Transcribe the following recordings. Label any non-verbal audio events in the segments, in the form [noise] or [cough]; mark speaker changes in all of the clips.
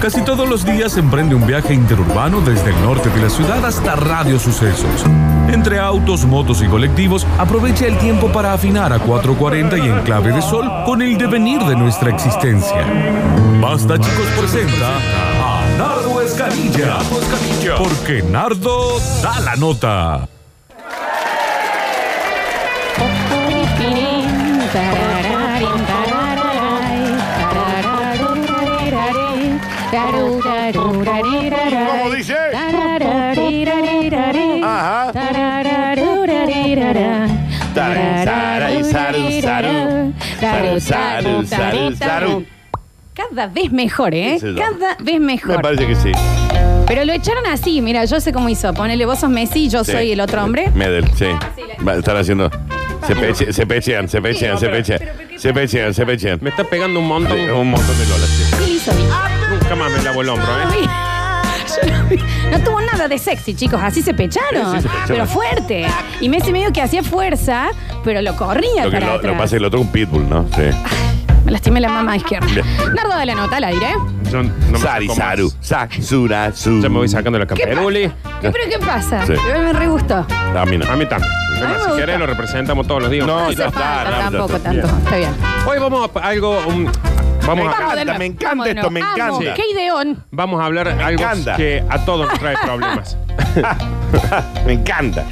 Speaker 1: Casi todos los días emprende un viaje interurbano desde el norte de la ciudad hasta Radio Sucesos. Entre autos, motos y colectivos, aprovecha el tiempo para afinar a 440 y en clave de sol con el devenir de nuestra existencia. Basta chicos presenta a Nardo Escanilla, porque Nardo da la nota.
Speaker 2: ¿Cómo dice? Ajá. Saru, saru, saru. Saru, saru, saru, saru.
Speaker 3: Cada vez mejor, ¿eh?
Speaker 2: Sí, señor.
Speaker 3: Cada vez
Speaker 2: Me
Speaker 3: mejor.
Speaker 2: parece que sí.
Speaker 3: Pero lo echaron así, mira, yo sé cómo hizo. Ponele, vos sos Messi, yo
Speaker 2: Sí.
Speaker 3: soy el otro hombre.
Speaker 2: Medel, sí.
Speaker 4: Ah,
Speaker 3: sí,
Speaker 2: Va, están haciendo. Se, peche- se pechean, se pechean, se
Speaker 4: pero-
Speaker 2: pechean. Se pechean, se pechean.
Speaker 4: Me está pegando un montón.
Speaker 2: Es un montón de lolas, sí.
Speaker 3: ¿Qué le hizo? bien?
Speaker 4: Nunca más me lavo el hombro,
Speaker 3: No
Speaker 4: ¿eh?
Speaker 3: vi. Yo no vi. No tuvo nada de sexy, chicos. Así se pecharon.
Speaker 2: Sí, sí, se pecharon.
Speaker 3: Pero fuerte. Y Messi medio que hacía fuerza, pero lo corría
Speaker 2: Lo que
Speaker 3: para
Speaker 2: lo, lo
Speaker 3: atrás.
Speaker 2: que pasa es que el otro es un pitbull, ¿no? Sí.
Speaker 4: Ah,
Speaker 3: Me lastimé la mamá izquierda.
Speaker 2: Bien.
Speaker 3: Nardo de la nota al aire. ¿eh?
Speaker 4: Yo no me
Speaker 2: Sari,
Speaker 4: saco más.
Speaker 2: Saru, Sak, Sura, Su.
Speaker 4: Ya me voy sacando la
Speaker 3: ¿Qué pasa?
Speaker 4: camperuli.
Speaker 3: ¿Qué- ¿Pero qué pasa?
Speaker 2: Sí.
Speaker 3: Me re gustó.
Speaker 2: Ah, mira.
Speaker 4: A mí también.
Speaker 3: me
Speaker 4: si
Speaker 3: gusta.
Speaker 4: querés lo representamos todos los días.
Speaker 2: No,
Speaker 3: hace
Speaker 2: ya está,
Speaker 3: falta
Speaker 2: no, ya
Speaker 3: tampoco
Speaker 2: está.
Speaker 3: tanto.
Speaker 2: Bien.
Speaker 3: Está bien.
Speaker 4: Hoy vamos a algo. um,
Speaker 2: Me
Speaker 4: vamos, a,
Speaker 2: encanta,
Speaker 3: de nuevo,
Speaker 2: me encanta
Speaker 3: vamos de
Speaker 2: esto, me
Speaker 3: nuevo. Amo,
Speaker 2: encanta.
Speaker 3: Qué ideón.
Speaker 4: vamos a hablar
Speaker 2: Me
Speaker 4: algo
Speaker 2: encanta.
Speaker 4: que a todos nos trae problemas.
Speaker 2: [laughs] me encanta.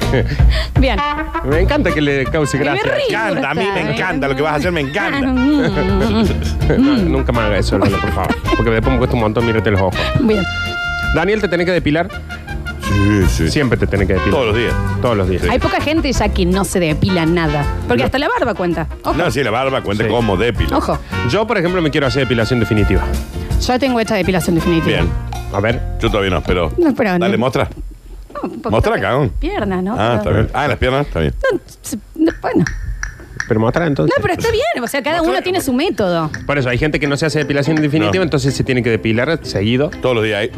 Speaker 3: Bien.
Speaker 4: [laughs] me encanta que le cause
Speaker 3: Me
Speaker 4: gracia.
Speaker 3: río,
Speaker 2: encanta, a mí me
Speaker 3: está.
Speaker 2: encanta, lo que vas a hacer me
Speaker 3: Ah,
Speaker 2: encanta.
Speaker 4: Ah,
Speaker 3: mm.
Speaker 4: [laughs] No, nunca más haga eso, Lola, por favor. Porque después me cuesta un montón mirarte los ojos.
Speaker 3: Bien.
Speaker 4: Daniel, ¿te tenés que depilar?
Speaker 2: Sí, sí.
Speaker 4: Siempre te tenés que depilar.
Speaker 2: Todos los días.
Speaker 4: Todos los días.
Speaker 2: Sí.
Speaker 3: Hay poca gente ya que no se depila nada. Porque hasta la barba cuenta. Ojo.
Speaker 2: No, sí, la barba cuenta
Speaker 4: Oh. Sí.
Speaker 2: como dépila.
Speaker 3: Ojo.
Speaker 4: Yo, por ejemplo, me quiero hacer depilación definitiva.
Speaker 3: Yo tengo esta depilación definitiva.
Speaker 2: Bien.
Speaker 4: A ver.
Speaker 2: Yo todavía no, pero.
Speaker 3: No, pero
Speaker 2: Dale,
Speaker 3: no.
Speaker 2: mostra.
Speaker 3: No, un poquito
Speaker 2: Mostra,
Speaker 3: de
Speaker 2: cagón.
Speaker 3: Piernas, ¿no?
Speaker 2: Ah, está bien. Ah, en las piernas, está bien.
Speaker 3: No, se- no, bueno.
Speaker 4: Pero mostrar
Speaker 3: No,
Speaker 4: entonces.
Speaker 3: pero está bien. O sea, cada
Speaker 2: Mostra,
Speaker 3: uno tiene su método.
Speaker 4: Por eso, hay gente que no se hace depilación definitiva,
Speaker 2: No.
Speaker 4: entonces se tiene que depilar seguido.
Speaker 2: Todos los días ahí.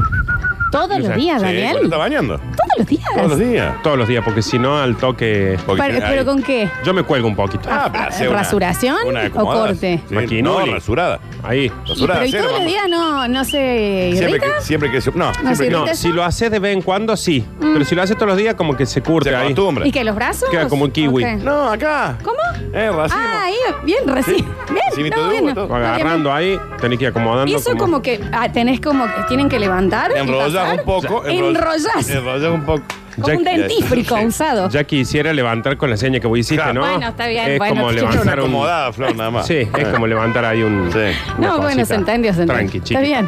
Speaker 3: Todos los
Speaker 4: Exacto.
Speaker 3: días,
Speaker 2: Sí,
Speaker 3: Daniel.
Speaker 2: cuando está bañando.
Speaker 3: Todos los días.
Speaker 2: Todos los días.
Speaker 4: Todos los días, porque si no, al toque.
Speaker 2: Porque
Speaker 3: Pero-
Speaker 2: ahí-
Speaker 3: ¿Pero con qué?
Speaker 4: Yo me cuelgo un poquito.
Speaker 2: Ah, pero hace una-
Speaker 3: ¿Rasuración
Speaker 2: una
Speaker 3: o
Speaker 2: acomodada.
Speaker 3: corte?
Speaker 2: Sí,
Speaker 4: Maquinoli.
Speaker 2: no, rasurada.
Speaker 4: Ahí.
Speaker 3: Y,
Speaker 2: Rasurada,
Speaker 3: pero ¿y
Speaker 2: cero,
Speaker 3: todos los
Speaker 2: vamos.
Speaker 3: días no, no se
Speaker 2: Siempre que,
Speaker 3: irrita?
Speaker 2: siempre que se- No,
Speaker 3: se
Speaker 2: siempre que
Speaker 3: irrita.
Speaker 4: No,
Speaker 3: ¿Eso?
Speaker 4: si lo haces de vez en cuando, sí.
Speaker 3: Mm.
Speaker 4: Pero si lo haces todos los días, como que se curte
Speaker 2: se
Speaker 4: ahí.
Speaker 2: acostumbra.
Speaker 3: ¿Y que los brazos?
Speaker 4: Queda como un kiwi.
Speaker 3: Ok.
Speaker 2: No, acá.
Speaker 3: ¿Cómo?
Speaker 2: Eh, racimo.
Speaker 3: Ah, ahí, bien, recién.
Speaker 2: Sí.
Speaker 3: Bien,
Speaker 2: Racimito
Speaker 3: no,
Speaker 2: de uva,
Speaker 3: bueno.
Speaker 2: todo.
Speaker 3: Está bien,
Speaker 4: Agarrando ahí, tenés que ir acomodando.
Speaker 3: Y eso como, que ah, tenés como que tienen que levantar. y
Speaker 2: Enrollas
Speaker 3: pasar.
Speaker 2: un poco.
Speaker 3: Enrollás.
Speaker 2: Enrollas un poco.
Speaker 3: Como un
Speaker 4: Ya-
Speaker 3: dentífrico
Speaker 2: Sí.
Speaker 3: usado.
Speaker 4: Ya quisiera levantar con la seña que vos hiciste,
Speaker 2: Claro.
Speaker 4: ¿no?
Speaker 3: Bueno, está bien,
Speaker 4: Es
Speaker 3: bueno, [laughs]
Speaker 4: como
Speaker 3: chicos.
Speaker 2: Una
Speaker 4: levantar un.
Speaker 2: acomodada, Flor, nada más.
Speaker 4: Sí, es
Speaker 2: Eh.
Speaker 4: como levantar ahí un.
Speaker 2: Sí.
Speaker 4: una
Speaker 3: No, bueno,
Speaker 4: cosita.
Speaker 3: se entendió, se entendió.
Speaker 4: Tranqui, chiqui.
Speaker 3: Está bien.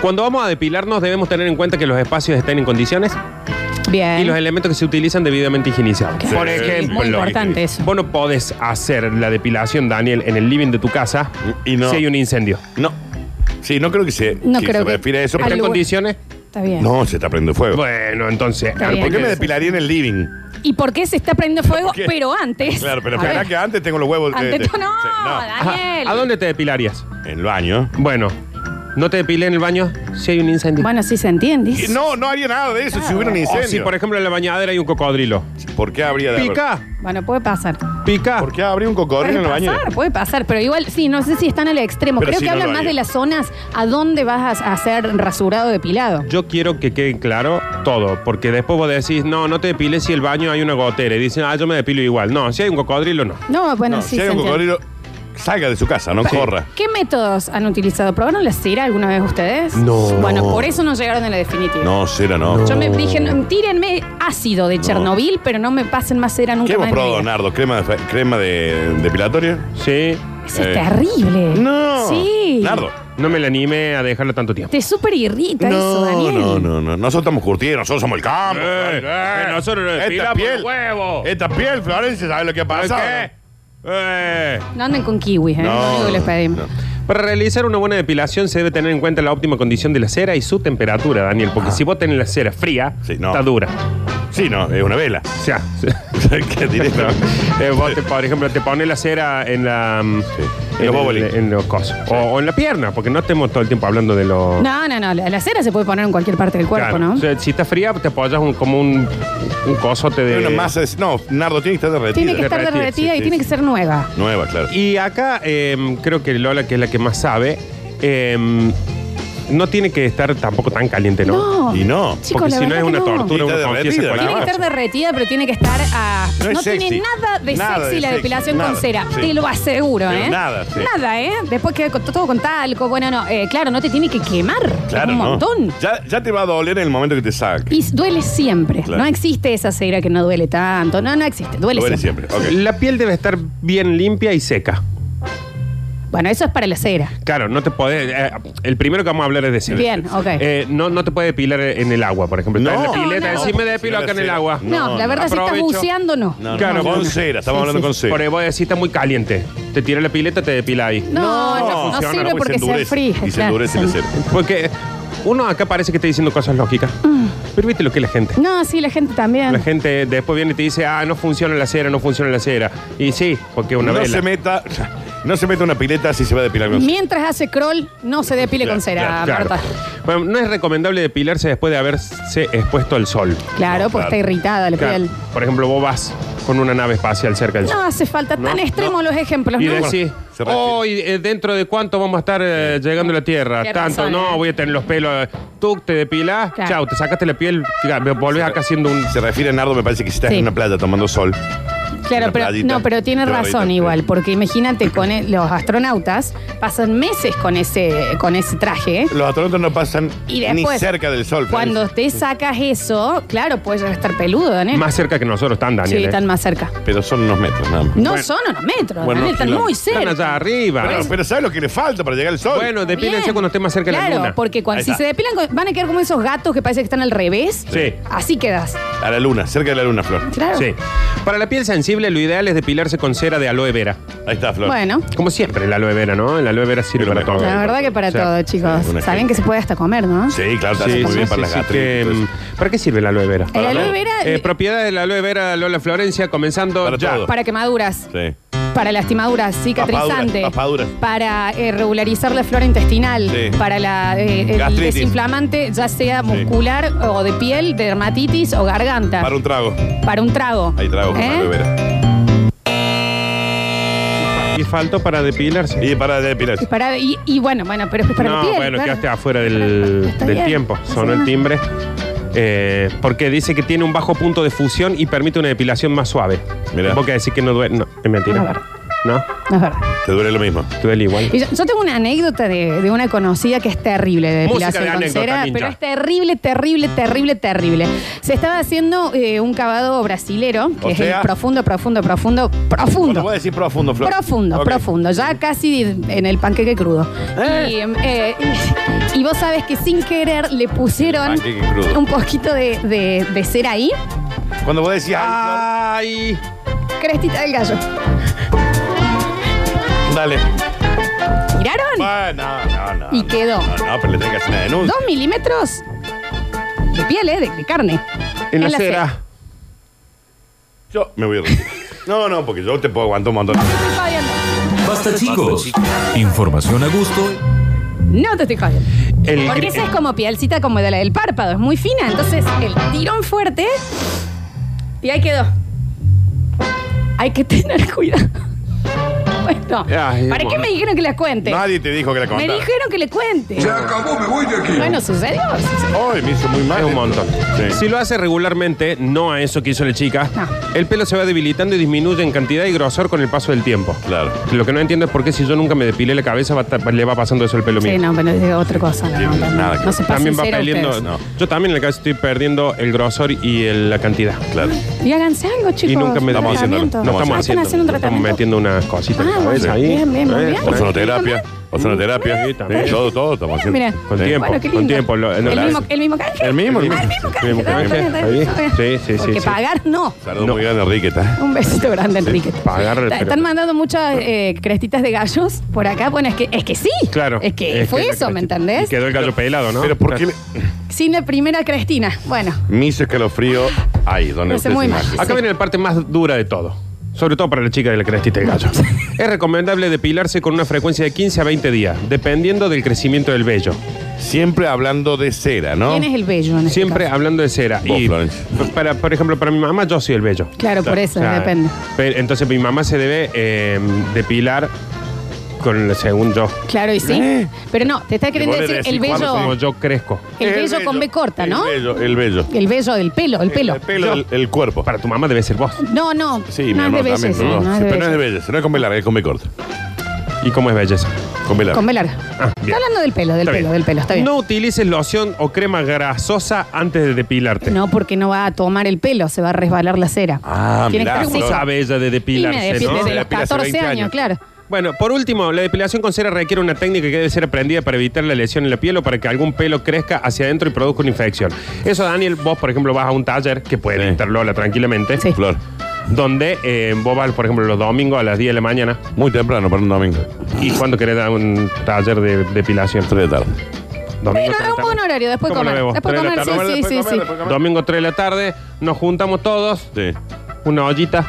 Speaker 4: Cuando vamos a depilarnos, debemos tener en cuenta que los espacios estén en condiciones
Speaker 3: Bien.
Speaker 4: y los elementos que se utilizan debidamente higienizados.
Speaker 2: Sí,
Speaker 4: Por
Speaker 2: sí,
Speaker 4: ejemplo,
Speaker 3: Muy importante eso.
Speaker 4: Vos no podés hacer la depilación, Daniel, en el living de tu casa
Speaker 2: Y no.
Speaker 4: si hay un incendio.
Speaker 2: No. Sí, no creo que se,
Speaker 3: No
Speaker 2: que
Speaker 3: creo
Speaker 2: se
Speaker 3: que-
Speaker 2: refiere a eso.
Speaker 4: ¿Está
Speaker 2: porque-
Speaker 4: en
Speaker 3: Algo-
Speaker 4: condiciones?
Speaker 3: Está bien.
Speaker 2: No, se está prendiendo fuego.
Speaker 4: Bueno, entonces.
Speaker 3: Está
Speaker 4: ah,
Speaker 3: bien.
Speaker 2: ¿Por qué
Speaker 4: porque-
Speaker 2: me depilaría en el living?
Speaker 3: ¿Y por qué se está prendiendo fuego?
Speaker 2: qué?
Speaker 3: Pero antes.
Speaker 2: Claro, pero
Speaker 3: A
Speaker 2: espera
Speaker 3: ver,
Speaker 2: que antes tengo los huevos. de-
Speaker 3: Ante
Speaker 2: de-
Speaker 3: todo, no,
Speaker 2: Sí,
Speaker 4: Ajá,
Speaker 3: Daniel.
Speaker 4: ¿A dónde te depilarías?
Speaker 2: En el baño.
Speaker 4: Bueno, no te depilé en el baño si hay un incendio.
Speaker 3: Bueno, sí se entiende.
Speaker 2: Y no, no haría nada de eso si hubiera un
Speaker 4: O
Speaker 2: incendio.
Speaker 4: si, por ejemplo, en la bañadera hay un cocodrilo.
Speaker 2: ¿Por qué habría de haber-
Speaker 4: Pica,
Speaker 3: Bueno, puede pasar.
Speaker 4: pica.
Speaker 2: ¿Por qué habría un cocodrilo en el
Speaker 3: Puede
Speaker 2: baño?
Speaker 3: pasar, puede pasar, pero igual, sí, no sé si están al extremo.
Speaker 2: Pero
Speaker 3: Creo
Speaker 2: sí,
Speaker 3: que
Speaker 2: no
Speaker 3: hablan
Speaker 2: lo
Speaker 3: más
Speaker 2: haría.
Speaker 3: de las zonas a dónde vas a, a ser rasurado, depilado.
Speaker 4: Yo quiero que quede claro todo, porque después vos decís, no, no te depiles si el baño hay una gotera. Y dicen, ah, yo me depilo igual. No, si hay un cocodrilo, no.
Speaker 3: No, bueno,
Speaker 2: No,
Speaker 3: sí.
Speaker 2: si hay
Speaker 3: se
Speaker 2: un
Speaker 3: entiende.
Speaker 2: cocodrilo, salga de su casa, no corra.
Speaker 3: ¿Qué métodos han utilizado? ¿Probaron la cera alguna vez ustedes?
Speaker 4: No.
Speaker 3: Bueno, por eso no llegaron a la definitiva.
Speaker 2: No, cera, no.
Speaker 3: Yo me dije, "No, tírenme ácido de Chernobyl, pero no me pasen más cera nunca
Speaker 2: ¿Qué hemos
Speaker 3: más. en mi
Speaker 2: probado,
Speaker 3: vida".
Speaker 2: Nardo? ¿Crema, de, fe- crema de depilatoria?
Speaker 4: Sí,
Speaker 3: Eso es
Speaker 2: Eh.
Speaker 3: terrible.
Speaker 2: No.
Speaker 3: Sí.
Speaker 2: Nardo.
Speaker 4: no me la animé a dejarlo tanto tiempo.
Speaker 3: Te súper irrita eso,
Speaker 2: No,
Speaker 3: Daniel.
Speaker 2: no, no, no. Nosotros estamos curtidos, nosotros somos el campo.
Speaker 4: Eh, eh, nosotros nos
Speaker 2: esta
Speaker 4: depilamos
Speaker 2: piel,
Speaker 4: los huevos.
Speaker 2: Esta piel, Florencia, ¿sabes lo que ha pasado?
Speaker 4: ¿Qué? Eh.
Speaker 3: No anden con kiwis, ¿eh?
Speaker 2: No,
Speaker 3: Lo único que les pedimos.
Speaker 2: no.
Speaker 4: Para realizar una buena depilación se debe tener en cuenta la óptima condición de la cera y su temperatura, Daniel, porque si vos tenés la cera fría,
Speaker 2: Ah. Sí, no.
Speaker 4: está dura.
Speaker 2: Sí, no, es una vela.
Speaker 4: O sea, [laughs]
Speaker 2: [laughs] ¿Qué directo?
Speaker 4: eh, vos, te- por ejemplo, te pones la cera en la... mm,
Speaker 2: En los
Speaker 4: el-
Speaker 2: bobolín.
Speaker 4: en los cosos. O, o en la pierna, porque no estemos todo el tiempo hablando de los...
Speaker 3: No, no, no. La, la cera se puede poner en cualquier parte del cuerpo,
Speaker 4: Claro.
Speaker 3: ¿no?
Speaker 4: O sea, si está fría, te apoyas un- como un, un cosote de...
Speaker 2: Es una masa de... No, Nardo tiene que estar derretida.
Speaker 3: Tiene que estar
Speaker 4: Derretida,
Speaker 3: derretida
Speaker 2: sí,
Speaker 3: y
Speaker 2: sí,
Speaker 3: tiene
Speaker 2: sí.
Speaker 3: que ser nueva.
Speaker 2: Nueva, claro.
Speaker 4: em, Y acá eh, creo que Lola, que es la que más sabe, eh, no tiene que estar tampoco tan caliente, ¿no?
Speaker 3: No.
Speaker 2: Y no.
Speaker 3: Chicos,
Speaker 4: Porque
Speaker 3: la
Speaker 4: si no
Speaker 3: verdad
Speaker 4: es
Speaker 3: que
Speaker 4: una
Speaker 3: no.
Speaker 4: tortura,
Speaker 2: Está
Speaker 4: uno confiesa
Speaker 2: derretida,
Speaker 3: Tiene
Speaker 4: cualquier
Speaker 3: que estar
Speaker 4: cosa.
Speaker 3: derretida, pero tiene que estar a.
Speaker 2: No
Speaker 3: No,
Speaker 2: es sexy.
Speaker 3: tiene nada de
Speaker 2: Nada
Speaker 3: sexy
Speaker 2: de
Speaker 3: la
Speaker 2: sexy,
Speaker 3: depilación
Speaker 2: nada,
Speaker 3: con cera.
Speaker 2: sí.
Speaker 3: Te lo aseguro,
Speaker 2: Pero
Speaker 3: ¿eh?
Speaker 2: nada, sí.
Speaker 3: Nada, ¿eh? Después queda con- todo con talco. Bueno, no. eh, claro, no te tiene que quemar.
Speaker 2: Claro,
Speaker 3: es un
Speaker 2: ¿no?
Speaker 3: montón.
Speaker 2: Ya, ya te va a doler en el momento que te saque.
Speaker 3: Y duele siempre.
Speaker 2: Claro.
Speaker 3: No existe esa cera que no duele tanto. No, no existe. Duele,
Speaker 2: Duele
Speaker 3: siempre.
Speaker 2: siempre. Ok.
Speaker 4: La piel debe estar bien limpia y seca.
Speaker 3: Bueno, eso es para la cera.
Speaker 4: Claro, no te podés. eh, el primero que vamos a hablar es de cera.
Speaker 3: Bien, ok.
Speaker 4: Eh, no, no te puedes depilar en el agua, por ejemplo. Está
Speaker 2: No.
Speaker 4: en la pileta,
Speaker 3: No, no.
Speaker 4: sí me depilo acá en el agua.
Speaker 3: No,
Speaker 2: No,
Speaker 3: la
Speaker 2: no.
Speaker 3: verdad, si estás
Speaker 4: Aprovecho.
Speaker 3: buceando, no.
Speaker 2: No, no,
Speaker 4: Claro.
Speaker 2: con cera, estamos hablando con
Speaker 4: Por ahí
Speaker 2: cera.
Speaker 4: voy a decir, está muy caliente. Te tira la pileta, te depila ahí.
Speaker 3: No, no,
Speaker 2: No, pues
Speaker 3: no,
Speaker 4: funciona,
Speaker 3: sirve
Speaker 4: no,
Speaker 3: porque se
Speaker 2: endurece,
Speaker 3: enfría.
Speaker 2: Y se
Speaker 3: claro.
Speaker 2: endurece
Speaker 3: [laughs]
Speaker 2: la cera.
Speaker 4: Porque uno acá parece que está diciendo cosas lógicas. Pero viste lo que es la gente.
Speaker 3: No, sí, la gente también.
Speaker 4: La gente después viene y te dice, ah, no funciona la cera, no funciona la cera. Y sí, porque una
Speaker 2: no
Speaker 4: vez.
Speaker 2: se meta [laughs] no se meta una pileta si se va a depilar con
Speaker 3: Mientras hace crawl, no se depile
Speaker 2: Claro,
Speaker 3: con cera,
Speaker 4: Claro.
Speaker 3: Marta.
Speaker 4: Bueno, no es recomendable depilarse después de haberse expuesto al sol.
Speaker 3: Claro,
Speaker 2: No,
Speaker 3: porque
Speaker 2: claro.
Speaker 3: está irritada la
Speaker 4: Claro.
Speaker 3: piel.
Speaker 4: Por ejemplo, vos vas con una nave espacial cerca del
Speaker 3: No
Speaker 4: sol.
Speaker 3: hace falta
Speaker 4: No,
Speaker 3: tan
Speaker 4: no.
Speaker 3: extremos los ejemplos,
Speaker 4: Y
Speaker 3: ¿no?
Speaker 4: decís,
Speaker 2: Se refiere.
Speaker 4: hoy eh, dentro de cuánto vamos a estar eh, llegando a la Tierra.
Speaker 3: Qué
Speaker 4: Tanto,
Speaker 3: razón,
Speaker 4: no,
Speaker 3: eh.
Speaker 4: voy a tener los pelos. eh, Tú te depilás,
Speaker 3: Claro.
Speaker 4: chau, te sacaste la piel, ya, me volvés acá haciendo un.
Speaker 2: Se refiere a Nardo, me parece que si estás
Speaker 3: Sí.
Speaker 2: en una playa tomando sol.
Speaker 3: Claro,
Speaker 2: Una
Speaker 3: pero
Speaker 2: playita.
Speaker 3: no, pero tiene
Speaker 2: Una playita,
Speaker 3: razón
Speaker 2: sí.
Speaker 3: igual, porque imagínate con el- los astronautas pasan meses con ese con ese traje. ¿eh?
Speaker 2: Los astronautas no pasan
Speaker 3: Y después,
Speaker 2: ni cerca del sol.
Speaker 3: Cuando te sacas eso, claro, puedes llegar a estar peludo, Daniel.
Speaker 4: Más cerca que nosotros están, Daniel.
Speaker 3: Eh. sí,
Speaker 4: eh.
Speaker 3: están más cerca.
Speaker 2: Pero son unos metros, nada más.
Speaker 3: No
Speaker 4: Bueno.
Speaker 3: son unos metros,
Speaker 2: Bueno,
Speaker 3: Daniel, están
Speaker 2: claro.
Speaker 3: muy
Speaker 4: Están
Speaker 3: cerca.
Speaker 4: allá arriba.
Speaker 2: Pero, pero ¿sabes lo que le falta para llegar al sol?
Speaker 4: bueno,
Speaker 3: Está
Speaker 4: depílense
Speaker 3: bien.
Speaker 4: cuando esté más cerca de la
Speaker 3: Claro,
Speaker 4: luna.
Speaker 3: porque cuando,
Speaker 2: Ahí
Speaker 3: si
Speaker 2: está.
Speaker 3: se depilan, con- van a quedar como esos gatos que parece que están al revés.
Speaker 4: Sí.
Speaker 3: Así quedas.
Speaker 2: A la luna, cerca de la luna, Flor.
Speaker 3: Claro.
Speaker 4: Sí. Para la piel sensible, lo ideal es depilarse con cera de aloe vera.
Speaker 2: Ahí está, Flor.
Speaker 3: Bueno,
Speaker 4: Como siempre, el aloe vera, ¿no? El aloe vera sirve
Speaker 2: Pero
Speaker 4: para
Speaker 2: mejor.
Speaker 4: todo.
Speaker 3: la verdad que para
Speaker 4: O sea,
Speaker 3: todo, chicos.
Speaker 2: sí, una
Speaker 3: Saben
Speaker 2: gente.
Speaker 3: que se puede hasta comer, ¿no?
Speaker 2: Sí, claro, te hace
Speaker 4: Sí,
Speaker 2: muy
Speaker 4: sí,
Speaker 2: bien
Speaker 4: sí,
Speaker 2: para las
Speaker 4: sí, que,
Speaker 2: gastritis. y todo eso.
Speaker 4: mm, ¿Para qué sirve la aloe vera?
Speaker 3: El
Speaker 2: Para
Speaker 3: aloe
Speaker 2: todo.
Speaker 3: vera.
Speaker 4: Eh, propiedades de la aloe vera Lola Florencia, comenzando
Speaker 2: Para
Speaker 4: ya.
Speaker 2: todo.
Speaker 3: Para quemaduras,
Speaker 2: Sí.
Speaker 3: para lastimaduras, cicatrizante,
Speaker 2: Papaduras, papaduras.
Speaker 3: para eh, regularizar la flora intestinal,
Speaker 2: Sí.
Speaker 3: para la, eh, el
Speaker 2: Gastritis.
Speaker 3: desinflamante, ya sea muscular o de piel, de dermatitis o garganta,
Speaker 2: Para un trago.
Speaker 3: para un trago.
Speaker 2: Ahí trago con
Speaker 3: ¿Eh?
Speaker 2: aloe vera.
Speaker 4: Y faltó para depilarse.
Speaker 2: Y para depilar.
Speaker 3: Y para- y, y bueno, bueno, pero es para
Speaker 4: no,
Speaker 3: la piel.
Speaker 4: bueno,
Speaker 3: claro.
Speaker 4: quedaste afuera del,
Speaker 3: Está
Speaker 4: del
Speaker 3: bien.
Speaker 4: tiempo. Sonó el timbre. Eh, porque dice que tiene un bajo punto de fusión y permite una depilación más suave.
Speaker 2: Mirá.
Speaker 4: Vos que decís que no duele. No, es
Speaker 3: A ver.
Speaker 4: mentira. No,
Speaker 3: No es verdad.
Speaker 2: Te duele lo mismo.
Speaker 4: duele igual.
Speaker 3: Y Yo, yo tengo una anécdota de, de una conocida que es terrible de
Speaker 4: Música
Speaker 3: depilación
Speaker 4: de
Speaker 3: con
Speaker 4: anécdota,
Speaker 3: cera,
Speaker 4: ninja.
Speaker 3: pero es terrible, terrible, terrible, terrible. Se estaba haciendo eh, un cavado brasilero, que
Speaker 2: O
Speaker 3: es
Speaker 2: sea-
Speaker 3: el profundo, profundo, profundo,
Speaker 2: Cuando
Speaker 3: profundo.
Speaker 2: puedes decir profundo, Flor.
Speaker 3: Profundo,
Speaker 2: Ok.
Speaker 3: profundo, ya casi en el panqueque crudo. Y, eh, y vos sabes que sin querer le pusieron
Speaker 2: Panqueque crudo.
Speaker 3: un poquito de, de- de cera ahí,
Speaker 2: Cuando vos decís, ay,
Speaker 4: ¡Ay!
Speaker 3: crestita del gallo.
Speaker 2: Flor, dale.
Speaker 3: ¿Miraron?
Speaker 2: Bueno, no, no, no.
Speaker 3: Y quedó.
Speaker 2: No, no, pero le tenés que hacer una denuncia.
Speaker 3: Dos milímetros de piel, eh, de, de carne.
Speaker 4: En la
Speaker 3: En la
Speaker 4: cera.
Speaker 2: Yo me voy a retirar. No, no, porque yo te puedo aguantar un montón.
Speaker 3: Te estoy jodiendo.
Speaker 1: Basta chicos. Información a gusto
Speaker 3: No te estoy jodiendo.
Speaker 4: El
Speaker 3: Porque
Speaker 4: gri-
Speaker 3: esa es como pielcita como de la del párpado, es muy fina. Entonces, el tirón fuerte. Y ahí quedó. Hay que tener [laughs] cuidado. Bueno,
Speaker 4: Ay,
Speaker 3: ¿para
Speaker 4: amor.
Speaker 3: qué me dijeron que les cuente?
Speaker 2: Nadie te dijo que la
Speaker 3: me
Speaker 2: contara.
Speaker 3: dijeron que le cuente.
Speaker 5: Se acabó, me voy de aquí.
Speaker 3: Bueno, sucedió. sucedió.
Speaker 2: Ay, me hizo muy mal.
Speaker 4: Es un
Speaker 2: esto.
Speaker 4: montón.
Speaker 2: Sí.
Speaker 4: Si lo hace regularmente, no a eso que hizo la chica,
Speaker 3: No.
Speaker 4: el pelo se va debilitando y disminuye en cantidad y grosor con el paso del tiempo.
Speaker 2: Claro.
Speaker 4: Lo que no entiendo es por qué si yo nunca me depilé la cabeza va ta- le va pasando eso al pelo
Speaker 3: Sí,
Speaker 4: mío.
Speaker 3: no, pero es otra cosa. No, no, no,
Speaker 2: Nada que-
Speaker 3: no se pasen
Speaker 4: También va
Speaker 3: cera
Speaker 4: perdiendo.
Speaker 3: ustedes.
Speaker 2: no.
Speaker 4: Yo también en la cabeza estoy perdiendo el grosor y el- la cantidad.
Speaker 2: Claro.
Speaker 3: Y háganse algo, chicos.
Speaker 4: Y nunca me
Speaker 3: un
Speaker 4: estamos
Speaker 2: haciendo-
Speaker 3: tratamiento.
Speaker 2: no
Speaker 4: estamos
Speaker 3: Ah, están
Speaker 4: haciendo-
Speaker 3: haciendo un
Speaker 4: Estamos
Speaker 3: tratamiento.
Speaker 4: metiendo unas cositas en
Speaker 3: Ah,
Speaker 4: la cabeza
Speaker 3: bueno,
Speaker 4: ahí.
Speaker 3: bien, bien, muy
Speaker 4: Eh,
Speaker 3: bien.
Speaker 2: Ozonoterapia. Ozonoterapia.
Speaker 4: Sí, también.
Speaker 2: Sí, todo, todo estamos haciendo.
Speaker 3: Mira.
Speaker 4: Con
Speaker 2: Sí.
Speaker 4: tiempo,
Speaker 3: Bueno, qué
Speaker 4: con
Speaker 3: lindo.
Speaker 4: tiempo. lo- no,
Speaker 3: el,
Speaker 4: la-
Speaker 3: mismo, el mismo canje.
Speaker 2: El mismo, el
Speaker 3: Ah, el
Speaker 2: mismo.
Speaker 3: mismo canje.
Speaker 4: El mismo
Speaker 3: está bien,
Speaker 4: canje,
Speaker 3: está bien, está bien.
Speaker 4: está bien. Sí, sí, sí,
Speaker 3: Porque
Speaker 4: sí.
Speaker 3: pagar no.
Speaker 2: Saludos
Speaker 4: No.
Speaker 2: muy grande, Enrique. ¿está?
Speaker 3: Un besito grande, Enrique.
Speaker 4: pagar,
Speaker 3: Está-
Speaker 4: pero-
Speaker 3: Están mandando muchas eh, crestitas de gallos por acá. Bueno, es que, es que sí.
Speaker 4: Claro.
Speaker 3: Es que fue
Speaker 4: la
Speaker 3: eso, ¿me
Speaker 4: cresta-
Speaker 3: entendés?
Speaker 4: y quedó el gallo pelado, ¿no?
Speaker 2: Pero ¿por qué le- [laughs]
Speaker 3: Sin la primera crestina. Bueno,
Speaker 2: me hizo escalofrío ahí, donde
Speaker 3: Me hace
Speaker 2: usted
Speaker 3: muy
Speaker 2: se
Speaker 3: mal.
Speaker 2: imagina?
Speaker 4: Acá
Speaker 3: Sí.
Speaker 4: viene la parte más dura de todo. Sobre todo para la chica de la crestita del
Speaker 3: [laughs]
Speaker 4: gallo. es recomendable depilarse con una frecuencia de 15 a 20 días, dependiendo del crecimiento del vello.
Speaker 2: Ah, Siempre hablando de cera, ¿no?
Speaker 3: ¿quién es el bello en este
Speaker 4: Siempre
Speaker 3: caso?
Speaker 4: hablando de cera.
Speaker 2: Vos,
Speaker 4: Y pues,
Speaker 2: Florencia.
Speaker 4: para, por ejemplo, para mi mamá yo soy el vello.
Speaker 3: Claro, por eso,
Speaker 4: O sea,
Speaker 3: depende.
Speaker 4: pero- entonces mi mamá se debe eh, depilar con el según yo.
Speaker 3: Claro, y sí.
Speaker 4: ¿Eh?
Speaker 3: Pero no, te está queriendo
Speaker 2: vos le
Speaker 3: decir
Speaker 2: decís
Speaker 3: el
Speaker 2: cuándo
Speaker 4: Como
Speaker 3: vello.
Speaker 4: yo crezco.
Speaker 3: El vello con B corta, ¿no?
Speaker 2: El vello, el vello.
Speaker 3: El vello del pelo, el pelo.
Speaker 2: El pelo, el, el cuerpo.
Speaker 4: Para tu mamá debe ser vos.
Speaker 3: No, no.
Speaker 2: Sí, mi
Speaker 3: no es de
Speaker 2: hermano también.
Speaker 3: belleza.
Speaker 2: ¿no?
Speaker 3: No, es
Speaker 2: Sí,
Speaker 3: de
Speaker 2: pero no es
Speaker 3: belleza.
Speaker 2: de belleza, no es con B larga, es con B corta.
Speaker 4: ¿Y cómo es belleza?
Speaker 2: Con B larga.
Speaker 3: Con B larga.
Speaker 4: Ah, bien.
Speaker 3: Está hablando del pelo, del
Speaker 4: Está
Speaker 3: pelo,
Speaker 4: bien.
Speaker 3: del pelo. Está bien.
Speaker 4: No utilices loción o crema grasosa antes de depilarte.
Speaker 3: No, porque no va a tomar el pelo, se va a resbalar la cera.
Speaker 2: Ah,
Speaker 3: Tiene
Speaker 2: mirá,
Speaker 3: que estar
Speaker 4: ¿Cómo
Speaker 2: Flor.
Speaker 3: justo.
Speaker 4: sabe
Speaker 3: Y
Speaker 4: ella de
Speaker 3: me
Speaker 4: depilarse,
Speaker 3: defiende
Speaker 4: no?
Speaker 3: desde
Speaker 2: Se
Speaker 3: los
Speaker 2: depila hace
Speaker 3: 14 años,
Speaker 2: 20 años.
Speaker 3: claro.
Speaker 4: Bueno, por último, la depilación con cera requiere una técnica que debe ser aprendida para evitar la lesión en la piel o para que algún pelo crezca hacia adentro y produzca una infección. Eso, Daniel, vos, por ejemplo, vas a un taller, que puede
Speaker 2: Sí.
Speaker 4: estar Lola tranquilamente,
Speaker 3: Sí.
Speaker 2: Flor.
Speaker 4: donde eh, vos vas, por ejemplo, los domingos a las 10 de la mañana.
Speaker 2: Muy temprano para un domingo.
Speaker 4: ¿Y cuándo querés dar un taller de depilación?
Speaker 2: Tres de tarde.
Speaker 3: Pero
Speaker 4: Domingo tres de
Speaker 3: es un
Speaker 4: tarde.
Speaker 3: buen horario, después
Speaker 4: ¿Cómo lo
Speaker 3: comer.
Speaker 4: vemos?
Speaker 3: Después
Speaker 4: Tres de
Speaker 3: comer,
Speaker 4: la tarde.
Speaker 3: sí, sí, sí, sí.
Speaker 4: Domingo 3 de la tarde, nos juntamos todos,
Speaker 2: Sí.
Speaker 4: una ollita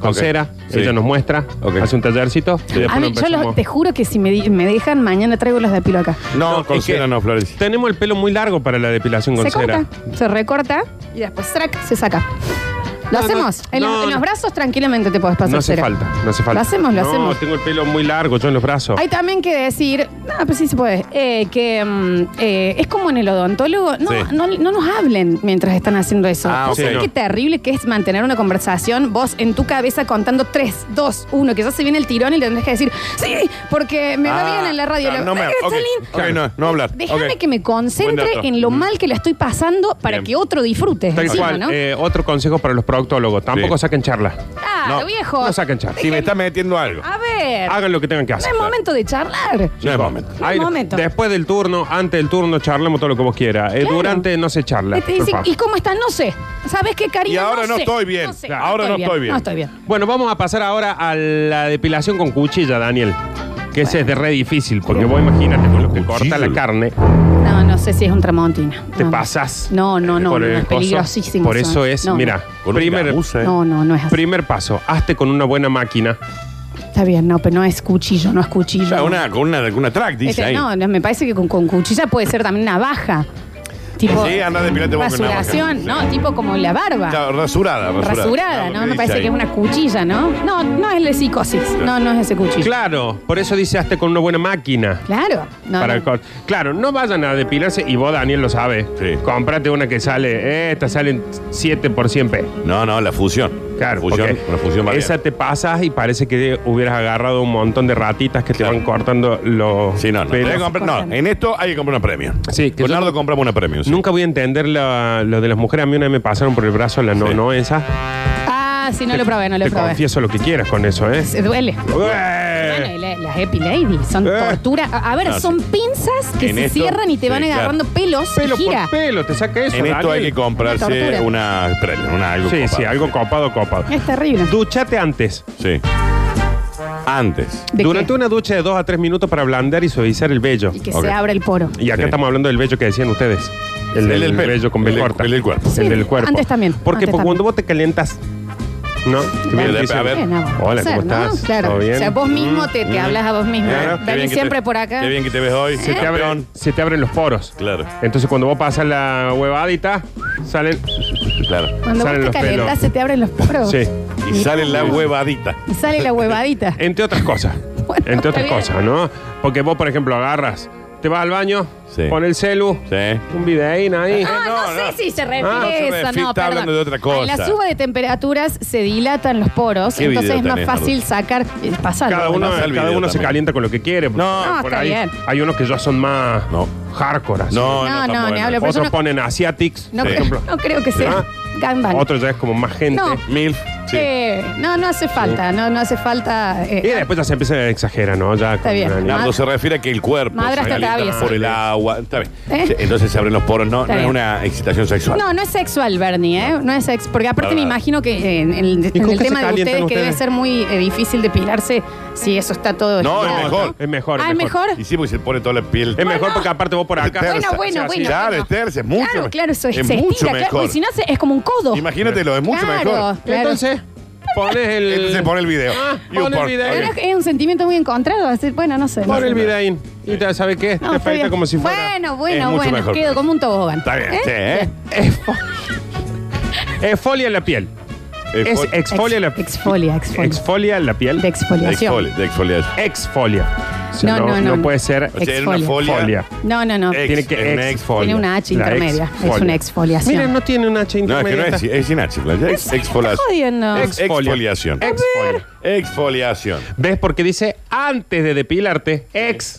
Speaker 4: con
Speaker 2: Ok.
Speaker 4: cera,
Speaker 2: Sí.
Speaker 4: ella nos muestra,
Speaker 2: Ok.
Speaker 4: hace un tallercito. y después
Speaker 3: A mí,
Speaker 4: nos
Speaker 3: Ah, yo los-
Speaker 4: empezamos-
Speaker 3: te juro que si me, di- me dejan, mañana traigo los de pilo acá.
Speaker 2: No,
Speaker 4: No,
Speaker 2: con
Speaker 4: es que-
Speaker 2: cera no, Florencia.
Speaker 4: Tenemos el pelo muy largo para la depilación con
Speaker 3: Se
Speaker 4: cera.
Speaker 3: corta, se recorta y después track, se saca. Lo
Speaker 4: No,
Speaker 3: hacemos.
Speaker 4: no,
Speaker 3: en,
Speaker 4: no,
Speaker 3: los, en los
Speaker 4: no.
Speaker 3: brazos tranquilamente te puedes pasar
Speaker 4: No hace
Speaker 3: cera.
Speaker 4: falta, no hace falta.
Speaker 3: Lo hacemos, lo
Speaker 4: No,
Speaker 3: hacemos.
Speaker 4: tengo el pelo muy largo, yo en los brazos.
Speaker 3: Hay también que decir, no, pero sí se puede, eh, que mm, eh, es como en el odontólogo, no,
Speaker 2: Sí.
Speaker 3: no, no nos hablen mientras están haciendo eso.
Speaker 2: Ah,
Speaker 3: ¿No
Speaker 2: ok.
Speaker 3: sabes
Speaker 4: Sí, no.
Speaker 3: qué terrible que es mantener una conversación, vos en tu cabeza contando 3, 2, 1, que ya se viene el tirón y le tenés que decir, sí, porque me va
Speaker 2: Ah,
Speaker 3: bien en la radio.
Speaker 2: claro,
Speaker 3: La-
Speaker 2: No, me
Speaker 3: Eh,
Speaker 2: ok,
Speaker 3: Celín,
Speaker 2: ok, no, no hablar.
Speaker 3: Déjame
Speaker 2: ok.
Speaker 3: que me
Speaker 2: Buen
Speaker 3: concentre
Speaker 2: dato.
Speaker 3: en lo mal que la estoy pasando para
Speaker 2: Bien.
Speaker 3: que otro disfrute.
Speaker 4: Tal
Speaker 3: encima,
Speaker 4: cual,
Speaker 3: ¿no?
Speaker 4: eh, otro consejo para los productólogos, tampoco
Speaker 2: Sí.
Speaker 4: saquen charla.
Speaker 3: ah,
Speaker 2: no, Ah,
Speaker 3: viejo.
Speaker 4: no saquen charla.
Speaker 2: Si me está metiendo algo.
Speaker 3: A ver,
Speaker 4: Hagan lo que tengan que
Speaker 3: no
Speaker 4: hacer.
Speaker 3: es momento de charlar.
Speaker 2: No es momento.
Speaker 3: No hay
Speaker 4: Ay,
Speaker 3: momento.
Speaker 4: Después del turno, antes del turno, charlamos todo lo que vos quieras. Eh,
Speaker 3: Claro. Este,
Speaker 4: durante no se charla.
Speaker 3: Y te
Speaker 4: por
Speaker 3: dicen,
Speaker 4: favor.
Speaker 3: ¿y cómo estás? No sé. ¿Sabes qué, cariño?
Speaker 2: Y ahora no
Speaker 3: sé.
Speaker 2: estoy bien.
Speaker 3: sé.
Speaker 2: Claro, ahora no estoy bien.
Speaker 3: No estoy bien.
Speaker 4: Bueno, vamos a pasar ahora a la depilación con cuchilla, Daniel. Que ese es de re difícil, porque vos imagínate con lo que corta
Speaker 2: Cuchillo.
Speaker 4: la carne,
Speaker 3: No, no sé si es un tramontina.
Speaker 4: te
Speaker 3: No.
Speaker 4: pasas.
Speaker 3: No, no, no.
Speaker 4: por
Speaker 3: no,
Speaker 4: el
Speaker 3: es
Speaker 4: coso.
Speaker 3: peligrosísimo.
Speaker 4: Por eso es,
Speaker 3: No,
Speaker 4: mira,
Speaker 2: Con
Speaker 4: primer,
Speaker 2: una gamuza, eh.
Speaker 3: No, no, no es así.
Speaker 4: Primer paso, hazte con una buena máquina.
Speaker 3: Está bien, no, pero no es cuchillo, no es cuchillo.
Speaker 2: O sea, Ah, una, con una, con una track, dice
Speaker 3: Este,
Speaker 2: ahí.
Speaker 3: no, no, me parece que con, con cuchilla puede ser también navaja. Tipo.
Speaker 2: Sí, anda depilate vos con navaja.
Speaker 3: Rasuración, ¿no? Tipo como la barba.
Speaker 2: Está rasurada, rasurada.
Speaker 3: Rasurada, ¿no? Me
Speaker 2: dice
Speaker 3: parece
Speaker 2: ahí.
Speaker 3: que es una cuchilla, ¿no? No, no es la psicosis. No, no es ese cuchillo.
Speaker 4: Claro, por eso dice hazte con una buena máquina.
Speaker 3: Claro. No,
Speaker 4: Para
Speaker 3: no.
Speaker 4: cor- Claro, no vayan a depilarse y vos, Daniel, lo sabes.
Speaker 2: Sí.
Speaker 4: Cómprate una que sale, eh, esta salen 7 por 100 p.
Speaker 2: No, no, la fusión.
Speaker 4: Claro,
Speaker 2: fusión,
Speaker 4: porque
Speaker 2: una fusión variada.
Speaker 4: esa te pasas y parece que hubieras agarrado un montón de ratitas que
Speaker 2: Claro.
Speaker 4: te van cortando los
Speaker 2: Sí, no, no.
Speaker 4: pelos.
Speaker 2: Hay que comprar- no, en esto hay que comprar una premio.
Speaker 4: Sí, que
Speaker 2: Leonardo compramos una premio. sí.
Speaker 4: Nunca voy a entender la- lo de las mujeres. A mí una vez me pasaron por el brazo la no,
Speaker 2: Sí.
Speaker 4: no esa.
Speaker 3: Ah, sí, no lo probé, no lo
Speaker 4: Te
Speaker 3: probé.
Speaker 4: confieso lo que quieras con eso, ¿eh?
Speaker 3: Se duele. Bueno,
Speaker 4: ¡Ué!
Speaker 3: y la- las Happy Ladies son
Speaker 4: Eh.
Speaker 3: tortura. A, a ver,
Speaker 2: No,
Speaker 3: son pinzas que
Speaker 2: En
Speaker 3: se
Speaker 2: esto-
Speaker 3: cierran y te
Speaker 2: sí,
Speaker 3: van
Speaker 2: claro.
Speaker 3: agarrando pelos
Speaker 4: Pelo
Speaker 3: y gira.
Speaker 4: por pelo, te saca eso.
Speaker 2: En esto
Speaker 4: Daniel.
Speaker 2: hay que comprarse
Speaker 3: Una tortura.
Speaker 2: una premio, una algo.
Speaker 4: Sí,
Speaker 2: copado.
Speaker 4: sí, algo copado, copado.
Speaker 3: Es terrible.
Speaker 4: Duchate antes.
Speaker 2: Sí. Antes.
Speaker 3: ¿De
Speaker 4: Durante
Speaker 3: qué?
Speaker 4: una ducha de 2 a 3 minutos para ablandar y suavizar el vello.
Speaker 3: Y que
Speaker 2: Ok.
Speaker 3: se abra el poro.
Speaker 4: Y acá
Speaker 2: Sí.
Speaker 4: estamos hablando del vello que decían ustedes. El del
Speaker 2: pelo.
Speaker 4: vello con
Speaker 2: el,
Speaker 4: B
Speaker 2: del-
Speaker 4: corta.
Speaker 2: el del cuerpo.
Speaker 3: Sí,
Speaker 4: El del cuerpo.
Speaker 3: antes también,
Speaker 4: Porque
Speaker 3: antes
Speaker 4: po-
Speaker 3: también.
Speaker 4: cuando vos te calientas. ¿No? Te vienen
Speaker 2: a
Speaker 4: diciendo,
Speaker 2: ver.
Speaker 3: Bueno, bueno,
Speaker 4: Hola,
Speaker 3: ser,
Speaker 4: ¿cómo
Speaker 3: ¿no?
Speaker 4: estás?
Speaker 3: Claro.
Speaker 4: ¿Todo bien? Mm,
Speaker 3: O sea, vos mismo te, te hablas a vos mismo.
Speaker 4: Claro.
Speaker 2: Mm, Qué
Speaker 3: Vení
Speaker 2: bien que
Speaker 3: siempre
Speaker 2: te-
Speaker 3: por acá.
Speaker 2: Qué bien que te ves hoy.
Speaker 4: se, te abren, se te abren los poros.
Speaker 2: Claro,
Speaker 4: Entonces cuando vos pasas la huevadita, salen.
Speaker 2: claro.
Speaker 3: Cuando vos
Speaker 4: Salen
Speaker 3: te
Speaker 4: los pelos.
Speaker 3: calentás, se te abren los poros.
Speaker 4: Sí.
Speaker 2: Y sale la huevadita.
Speaker 3: Y sale la
Speaker 2: [laughs]
Speaker 3: huevadita.
Speaker 2: Eh,
Speaker 4: Entre otras cosas.
Speaker 3: [laughs] Bueno, está
Speaker 4: entre otras
Speaker 3: bien.
Speaker 4: cosas, ¿no? Porque vos, por ejemplo, agarras, te vas al baño,
Speaker 2: Sí.
Speaker 4: pon el celu,
Speaker 2: Sí.
Speaker 4: un videín ahí.
Speaker 3: Ah, no,
Speaker 2: eh, no,
Speaker 3: sé
Speaker 2: no.
Speaker 3: si se refiere
Speaker 4: Ah,
Speaker 2: no se
Speaker 3: a eso,
Speaker 2: refiere,
Speaker 3: no,
Speaker 2: está
Speaker 3: perdón.
Speaker 2: hablando de otra
Speaker 3: En
Speaker 2: cosa.
Speaker 3: la suba de temperaturas se dilatan los poros,
Speaker 2: ¿Qué
Speaker 3: entonces
Speaker 2: video
Speaker 3: es más
Speaker 2: tenés,
Speaker 3: fácil sacar, eh, pasarlo.
Speaker 4: Cada uno,
Speaker 2: Bueno, pasa el
Speaker 4: cada
Speaker 2: video
Speaker 4: uno se
Speaker 2: también.
Speaker 4: calienta con lo que quiere.
Speaker 2: No,
Speaker 4: por
Speaker 3: está
Speaker 4: ahí
Speaker 3: bien.
Speaker 4: hay unos que ya son más
Speaker 2: No.
Speaker 4: hardcore. así.
Speaker 2: No,
Speaker 3: No,
Speaker 2: no,
Speaker 3: no,
Speaker 2: no,
Speaker 3: ni hablo. Pero yo
Speaker 4: Otros
Speaker 3: no-
Speaker 4: ponen asiatics,
Speaker 3: No,
Speaker 4: por
Speaker 2: Sí.
Speaker 4: ejemplo.
Speaker 3: creo, no creo que sea
Speaker 4: ¿Ah?
Speaker 3: gangbang.
Speaker 4: Otro ya es como más gente.
Speaker 3: No.
Speaker 2: Mil. Sí.
Speaker 3: Eh, no, no hace falta, no, no hace falta. eh,
Speaker 4: Y después ya se empieza a exagerar, ¿no? Ya
Speaker 3: Está
Speaker 4: con
Speaker 3: bien.
Speaker 4: el-
Speaker 2: Nardo
Speaker 3: Mad-
Speaker 2: se refiere a que el cuerpo
Speaker 3: Madrastra
Speaker 2: se calienta
Speaker 3: traviesa.
Speaker 2: por el agua. Está bien.
Speaker 3: ¿Eh?
Speaker 2: Sí, Entonces se abren los poros. No,
Speaker 3: Está
Speaker 2: no es
Speaker 3: bien.
Speaker 2: una excitación sexual.
Speaker 3: no, no es sexual, Bernie, ¿eh? No es sex. Porque aparte
Speaker 2: Para
Speaker 3: me
Speaker 2: nada.
Speaker 3: imagino que eh, en, en el,
Speaker 4: ¿Y con
Speaker 3: en el
Speaker 4: qué se
Speaker 3: tema de
Speaker 4: calientan
Speaker 3: ustedes, que
Speaker 4: ustedes?
Speaker 3: debe ser muy eh, difícil depilarse, si eso está todo.
Speaker 2: No,
Speaker 3: estirado,
Speaker 2: es mejor.
Speaker 4: Es mejor.
Speaker 3: Ah, es mejor.
Speaker 2: Y sí, porque se pone toda la piel.
Speaker 4: Es mejor porque aparte vos por acá.
Speaker 2: Bueno,
Speaker 4: o sea,
Speaker 3: bueno,
Speaker 4: así.
Speaker 3: bueno.
Speaker 2: Claro, es tercio, es mucho.
Speaker 3: Claro,
Speaker 2: me-
Speaker 3: claro, eso es,
Speaker 2: es
Speaker 3: se
Speaker 2: mucho
Speaker 3: estira, claro,
Speaker 2: mejor.
Speaker 3: porque si no hace- es como un codo.
Speaker 2: Imagínatelo, es mucho
Speaker 3: Claro.
Speaker 2: mejor.
Speaker 3: Claro.
Speaker 4: Entonces, pones Este el.
Speaker 2: Entonces pone el video.
Speaker 4: Ah,
Speaker 2: Y un
Speaker 4: pon el
Speaker 2: porn.
Speaker 4: video.
Speaker 3: Pero es, es un sentimiento muy encontrado. así, bueno, no sé.
Speaker 4: Pon
Speaker 3: no sé.
Speaker 4: el videín. Y te, ¿sabes qué?
Speaker 3: No, está
Speaker 4: te afeita
Speaker 3: bien.
Speaker 4: como si fuera.
Speaker 3: Bueno, bueno,
Speaker 2: mucho
Speaker 3: bueno.
Speaker 2: mejor.
Speaker 3: ¿Eh?
Speaker 2: ¿eh?
Speaker 3: Quedo como un tobogán.
Speaker 2: Está bien,
Speaker 3: ¿Eh?
Speaker 2: sí, ¿eh?
Speaker 4: Esfolia ¿Eh? en la piel. Es
Speaker 2: Exfol-
Speaker 4: exfolia la
Speaker 3: Exfolia, exfolia.
Speaker 4: Exfolia la piel.
Speaker 3: De exfoliación.
Speaker 2: Exfolia, de exfoliación.
Speaker 4: Exfolia. O sea,
Speaker 3: No, no, no,
Speaker 4: No
Speaker 3: no.
Speaker 4: puede ser
Speaker 2: O sea, era una
Speaker 3: Exfolia.
Speaker 2: folia.
Speaker 4: folia.
Speaker 3: No, no, no.
Speaker 2: Ex,
Speaker 4: Tiene que
Speaker 2: es una
Speaker 4: ex.
Speaker 2: exfolia.
Speaker 3: Tiene una H
Speaker 4: La
Speaker 3: intermedia.
Speaker 4: exfolia.
Speaker 3: Es una exfoliación.
Speaker 4: Mira, no tiene un H
Speaker 2: No, es que no
Speaker 4: intermedia.
Speaker 2: es, es sin H, la ex-
Speaker 3: Está
Speaker 2: exfoliación.
Speaker 3: jodiendo.
Speaker 2: Ex- Exfoliación.
Speaker 4: Exfolia.
Speaker 2: Exfoliación.
Speaker 4: ¿Ves? Porque dice antes de depilarte. Ex.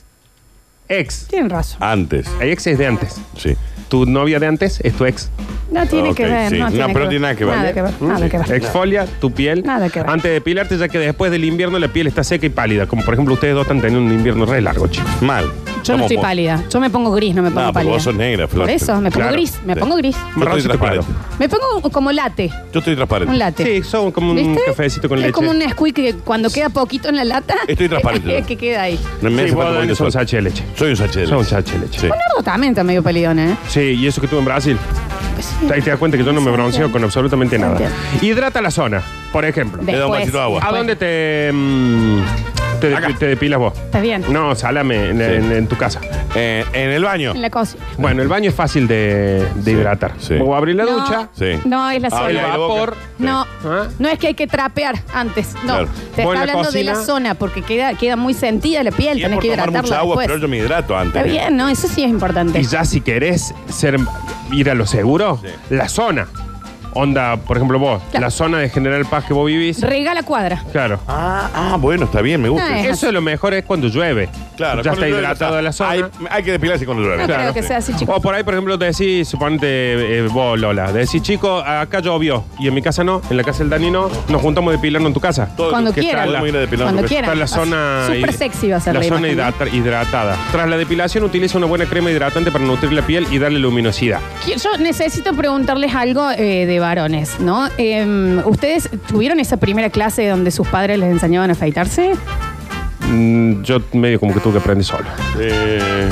Speaker 4: Ex.
Speaker 3: Tienen razón.
Speaker 2: Antes,
Speaker 4: El ex es de antes.
Speaker 2: sí.
Speaker 4: Tu novia de antes es tu ex.
Speaker 3: No tiene
Speaker 2: Ah, Ok,
Speaker 3: que ver.
Speaker 2: sí.
Speaker 3: No,
Speaker 2: No,
Speaker 3: tiene
Speaker 2: pero tiene nada que ver.
Speaker 3: Nada que ver.
Speaker 2: Mm,
Speaker 3: Nada
Speaker 2: sí.
Speaker 3: que ver.
Speaker 4: Exfolia tu piel.
Speaker 3: Nada que ver.
Speaker 4: Antes de depilarte, ya que después del invierno la piel está seca y pálida. Como por ejemplo ustedes dos están teniendo un invierno re largo, chicos.
Speaker 2: Mal.
Speaker 3: Yo no estoy pálida. Yo me pongo gris, no me pongo
Speaker 2: No, porque
Speaker 3: pálida.
Speaker 2: vos sos negra, Flor.
Speaker 3: Por eso, me pongo
Speaker 4: Claro.
Speaker 3: gris. Me
Speaker 2: Sí.
Speaker 3: pongo gris.
Speaker 2: Yo estoy
Speaker 4: Marroncito
Speaker 2: transparente.
Speaker 3: Me pongo como late.
Speaker 2: Yo estoy
Speaker 3: Un
Speaker 2: transparente.
Speaker 3: late.
Speaker 4: Sí, son como un cafecito con
Speaker 3: es
Speaker 4: leche.
Speaker 3: como un squeak que cuando queda poquito en la lata. [laughs]
Speaker 2: Estoy transparente.
Speaker 3: que queda ahí.
Speaker 2: No me
Speaker 4: Sí,
Speaker 2: hace
Speaker 4: vos,
Speaker 2: falta un
Speaker 4: Dani,
Speaker 2: poquito
Speaker 4: sos
Speaker 2: de
Speaker 4: un
Speaker 2: sol.
Speaker 4: sache de leche.
Speaker 2: Soy un sachet.
Speaker 4: Sos un sache de leche.
Speaker 2: Sí.
Speaker 3: Nardo también está medio peleona, ¿eh?
Speaker 4: Sí, y eso que estuve en Brasil.
Speaker 3: Pues sí.
Speaker 4: Ahí te das cuenta que yo no me bronceo con absolutamente nada.
Speaker 3: Entiendo.
Speaker 4: Hidrata la zona, por ejemplo.
Speaker 2: Le da un vasito de agua.
Speaker 4: ¿A
Speaker 3: después.
Speaker 4: dónde te, mm, te, de-
Speaker 2: Acá.
Speaker 4: te depilas vos?
Speaker 3: Está bien.
Speaker 4: No, salame en, en- en tu casa.
Speaker 2: Eh, en el baño.
Speaker 3: En la cocina.
Speaker 4: Bueno, el baño es fácil de, de hidratar.
Speaker 2: sí.
Speaker 4: O abrir la
Speaker 3: No.
Speaker 4: ducha,
Speaker 2: Sí.
Speaker 3: No, es la
Speaker 2: Ah,
Speaker 4: el
Speaker 2: la-
Speaker 3: zona.
Speaker 2: la boca.
Speaker 4: vapor.
Speaker 2: Sí.
Speaker 3: No,
Speaker 4: ¿Ah?
Speaker 3: no es que hay que trapear antes. No,
Speaker 2: Claro.
Speaker 3: te está
Speaker 4: Vos en la
Speaker 3: hablando de la
Speaker 4: cocina-
Speaker 3: zona porque queda, queda muy sentida la piel.
Speaker 2: Y es
Speaker 3: Tenés
Speaker 2: por
Speaker 3: que
Speaker 2: tomar
Speaker 3: hidratarla
Speaker 2: mucha agua,
Speaker 3: después.
Speaker 2: pero yo me hidrato antes.
Speaker 3: Está bien, ¿no? Eso sí es importante.
Speaker 4: Y ya si querés ser, ir a lo seguro,
Speaker 2: Sí.
Speaker 4: la zona. Onda, por ejemplo, vos,
Speaker 3: Claro.
Speaker 4: la zona de General Paz que vos vivís.
Speaker 3: Rega la cuadra.
Speaker 4: Claro.
Speaker 2: Ah, ah, bueno, está bien, me gusta.
Speaker 3: No,
Speaker 2: eso.
Speaker 3: es-
Speaker 4: Eso lo mejor es cuando llueve.
Speaker 2: Claro, cuando
Speaker 4: Ya está
Speaker 2: llueve,
Speaker 4: hidratada la zona.
Speaker 2: Hay, hay que depilarse con el
Speaker 3: No
Speaker 2: duelo.
Speaker 3: creo que sea así, chicos.
Speaker 4: O por ahí, por ejemplo, te decís, suponete eh, vos, Lola, decís, chico, acá llovió y en mi casa no, en la casa del Dani no, nos juntamos de depilarnos en tu casa.
Speaker 3: Cuando
Speaker 4: que
Speaker 3: quieran.
Speaker 4: está la-
Speaker 3: Cuando quieran. Ah,
Speaker 4: Está la zona.
Speaker 3: Súper
Speaker 4: hid-
Speaker 3: sexy va a ser
Speaker 4: La
Speaker 3: la
Speaker 4: zona
Speaker 3: imagen, ¿eh?
Speaker 4: hidrata- hidratada. Tras la depilación, utiliza una buena crema hidratante para nutrir la piel y darle luminosidad.
Speaker 3: Qui- Yo necesito preguntarles algo eh, de varones, ¿no? Em, ¿Ustedes tuvieron esa primera clase donde sus padres les enseñaban a afeitarse?
Speaker 4: Mm, yo medio como que tuve que aprender solo.
Speaker 2: Eh,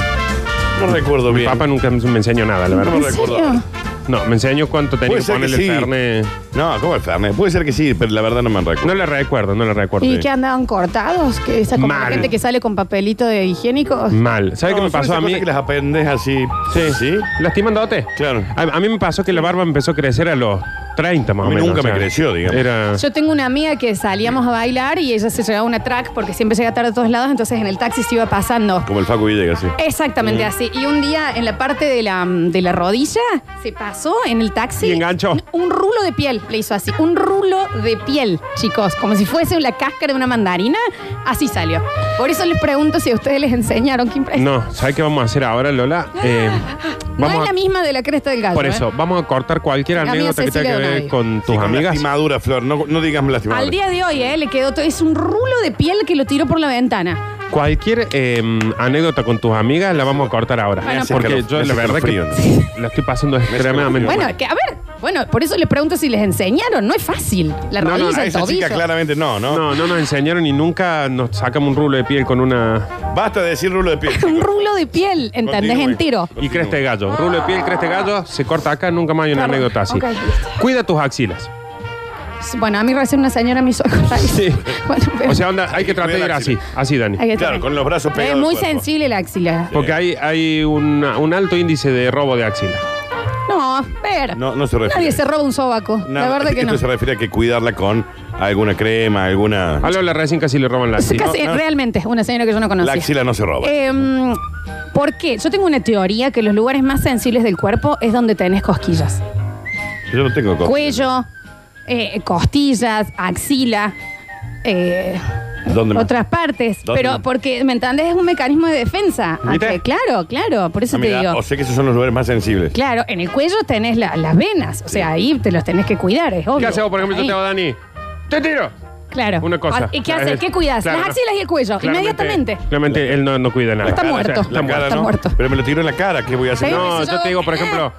Speaker 2: no recuerdo
Speaker 4: Mi
Speaker 2: bien.
Speaker 4: papá nunca me enseñó nada, la
Speaker 2: No
Speaker 4: verdad.
Speaker 2: me recuerdo. ahora.
Speaker 4: No, me enseñó cuánto tenía
Speaker 2: Puede
Speaker 4: que
Speaker 2: ser que
Speaker 4: ponerle
Speaker 2: sí.
Speaker 4: el carne.
Speaker 2: No, ¿cómo es Fernet? Puede ser que sí, pero la verdad no me recuerdo.
Speaker 4: No le recuerdo, no le recuerdo.
Speaker 3: ¿Y que andaban cortados? Que esa como la
Speaker 4: Mal.
Speaker 3: gente que sale con papelito de higiénico.
Speaker 4: Mal. ¿Sabes qué me
Speaker 2: son
Speaker 4: pasó
Speaker 2: esas
Speaker 4: a mí?
Speaker 2: cosas que las aprendes así.
Speaker 4: Sí.
Speaker 2: ¿Sí?
Speaker 4: ¿Lastimándote?
Speaker 2: Claro.
Speaker 4: A, a mí me pasó que la barba empezó a crecer a los 30 más
Speaker 2: A
Speaker 4: o
Speaker 2: mí
Speaker 4: menos.
Speaker 2: nunca
Speaker 4: o sea,
Speaker 2: me creció, digamos.
Speaker 4: Era...
Speaker 3: Yo tengo una amiga que salíamos a bailar y ella se llevaba una track porque siempre llega tarde a todos lados, entonces en el taxi se iba pasando.
Speaker 2: Como el Facu Villegas, sí.
Speaker 3: Exactamente así. Y un día en la parte de la, de la rodilla se pasó en el taxi.
Speaker 4: Y enganchó.
Speaker 3: Un rulo de piel, le hizo así. Un rulo de piel, chicos. Como si fuese la cáscara de una mandarina. Así salió. Por eso les pregunto si a ustedes les enseñaron. ¿Qué impresión?
Speaker 4: No, ¿sabes qué vamos a hacer ahora, Lola? Eh,
Speaker 3: Ah, No
Speaker 4: vamos
Speaker 3: es la
Speaker 4: a-
Speaker 3: misma de la cresta del gallo.
Speaker 4: Por
Speaker 3: ¿eh?
Speaker 4: eso, vamos a cortar cualquier
Speaker 3: Amiga
Speaker 4: anécdota que tenga
Speaker 3: Cecilia
Speaker 4: que
Speaker 3: Donadio.
Speaker 4: ver con tus
Speaker 2: Sí, con
Speaker 4: amigas.
Speaker 2: Lastimadura, Flor. No, no digas lastimadura.
Speaker 3: Al día de hoy, ¿eh? Le quedó todo. Es un rulo de piel que lo tiró por la ventana.
Speaker 4: Cualquier eh, anécdota con tus amigas la vamos a cortar ahora.
Speaker 3: Bueno,
Speaker 4: porque
Speaker 2: porque-
Speaker 4: yo
Speaker 2: Me
Speaker 4: la
Speaker 2: hace
Speaker 4: verdad que
Speaker 2: escalofrío,
Speaker 4: la estoy pasando extremadamente
Speaker 3: Bueno,
Speaker 4: mal.
Speaker 3: que a ver. Bueno, por eso les pregunto si les enseñaron. No es fácil. La
Speaker 4: No, no,
Speaker 3: rodilla,
Speaker 2: a
Speaker 3: el
Speaker 2: esa
Speaker 3: tobillo.
Speaker 2: chica claramente no, ¿no?
Speaker 4: No, no nos enseñaron y nunca nos sacamos un rulo de piel con una...
Speaker 2: Basta de decir rulo de piel.
Speaker 3: [laughs] [laughs] Un
Speaker 2: chicos.
Speaker 3: rulo de piel, ¿entendés?
Speaker 2: Continúe.
Speaker 3: Entero.
Speaker 4: Y cresta de gallo. Rulo de piel, cresta de gallo, se corta acá, nunca más hay una
Speaker 3: Perdón.
Speaker 4: anécdota así.
Speaker 3: Ok, listo.
Speaker 4: Cuida tus axilas.
Speaker 3: Pues, Bueno, a mí recién una señora me hizo acordar.
Speaker 4: Sí.
Speaker 3: [laughs] Bueno, pero-
Speaker 4: O sea, onda, hay que tratar de ir así, así, Dani.
Speaker 3: hay que
Speaker 2: Claro,
Speaker 3: tener-
Speaker 2: con los brazos pegados.
Speaker 3: Es muy
Speaker 2: al cuerpo.
Speaker 3: sensible la axila.
Speaker 4: Porque hay, hay una- un alto índice de robo de axila.
Speaker 3: No, a ver.
Speaker 2: No, no se refiere.
Speaker 3: Nadie se roba un sobaco.
Speaker 2: No,
Speaker 3: la verdad que
Speaker 2: esto
Speaker 3: no.
Speaker 2: se refiere a que cuidarla con alguna crema, alguna.
Speaker 4: A Lola recién casi le roban la
Speaker 3: Es
Speaker 4: axila.
Speaker 3: Casi,
Speaker 2: no.
Speaker 3: Realmente, una señora que yo no
Speaker 2: La
Speaker 3: conocía.
Speaker 2: axila no se roba.
Speaker 3: Em, ¿Por qué? Yo tengo una teoría que los lugares más sensibles del cuerpo es donde tenés cosquillas.
Speaker 2: Yo no tengo co-
Speaker 3: Cuello, eh, costillas, axila, eh,
Speaker 2: ¿Dónde más?
Speaker 3: otras partes.
Speaker 2: ¿Dónde
Speaker 3: Pero
Speaker 2: más?
Speaker 3: porque, ¿me entendés? Es un mecanismo de defensa.
Speaker 4: ¿Viste?
Speaker 3: Aunque- claro, claro, por eso
Speaker 2: Ah, mira,
Speaker 3: te digo.
Speaker 2: O sea que esos son los lugares más sensibles.
Speaker 3: Claro, en el cuello tenés la- las venas, o sea, ahí te los tenés que cuidar, es obvio.
Speaker 4: ¿Qué hacemos, por ejemplo, yo
Speaker 3: Ahí.
Speaker 4: te hago Dani? ¡Te tiro!
Speaker 3: Claro.
Speaker 4: Una cosa.
Speaker 3: Ah, ¿Y qué haces? ¿Qué cuidas?
Speaker 4: Claro,
Speaker 3: las
Speaker 4: no.
Speaker 3: axilas y el cuello,
Speaker 4: Claramente-
Speaker 3: inmediatamente.
Speaker 4: Claramente él no, no cuida nada.
Speaker 3: Está muerto.
Speaker 4: O sea, está
Speaker 3: La
Speaker 4: muerto.
Speaker 3: Está muerto.
Speaker 2: Pero me lo tiro en la cara, ¿qué voy a hacer?
Speaker 3: Sí.
Speaker 4: No,
Speaker 3: Pero si
Speaker 4: yo
Speaker 3: yo-
Speaker 4: te digo, por ejemplo,